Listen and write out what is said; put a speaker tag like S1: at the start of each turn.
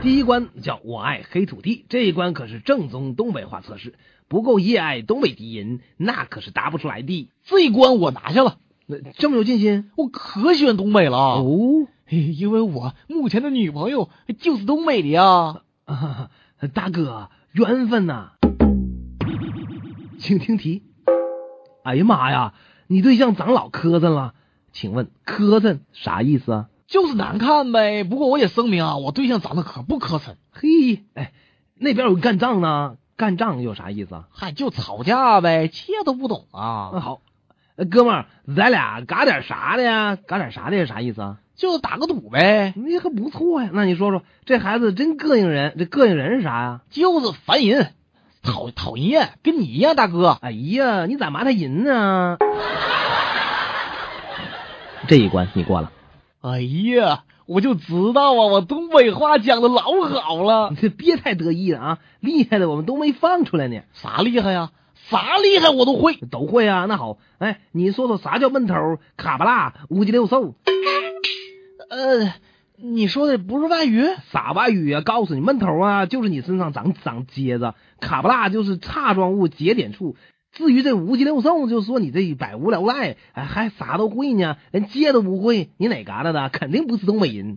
S1: 第一关叫“我爱黑土地”，这一关可是正宗东北话测试，不够热爱东北低音，那可是答不出来的。
S2: 这一关我拿下了，
S1: 那这么有信心
S2: 我可喜欢东北了，
S1: 哦？
S2: 嘿因为我目前的女朋友就是东北的呀。
S1: 啊，大哥，缘分呐、请听题。哎呀妈呀，你对象长老磕碜了，请问磕碜啥意思啊？
S2: 就是难看呗，不过我也声明啊，我对象长得可不磕碜，
S1: 嘿，哎，那边有干仗呢，干仗有啥意思啊？
S2: 嗨，就吵架呗，这都不懂
S1: 啊
S2: 啊，
S1: 好，呃哥们儿，咱俩嘎点啥的呀？嘎点啥的是啥意思啊？
S2: 就打个赌呗，
S1: 那还不哎错呀。那你说说，这孩子真膈应人，这膈应人是啥呀？
S2: 就是烦人，讨讨人厌，跟你一样，大哥。
S1: 哎呀，你咋骂他人呢？这一关你过了，
S2: 哎呀，我就知道啊，我东北话讲的老好了
S1: 你，这别太得意了啊！厉害的我们都没放出来呢，
S2: 啥厉害呀、啥厉害我都会。
S1: 都会啊。那好，哎，你说说啥叫闷头、卡巴拉、五脊六兽、
S2: 呃，你说的不是外语？
S1: 傻巴语啊？告诉你，闷头啊，就是你身上长长疖子；卡巴拉就是叉状物节点处。至于这五脊六兽，就说你这百无聊赖，哎，还啥都会呢，连疖都不会，你哪嘎达的？肯定不是东北人。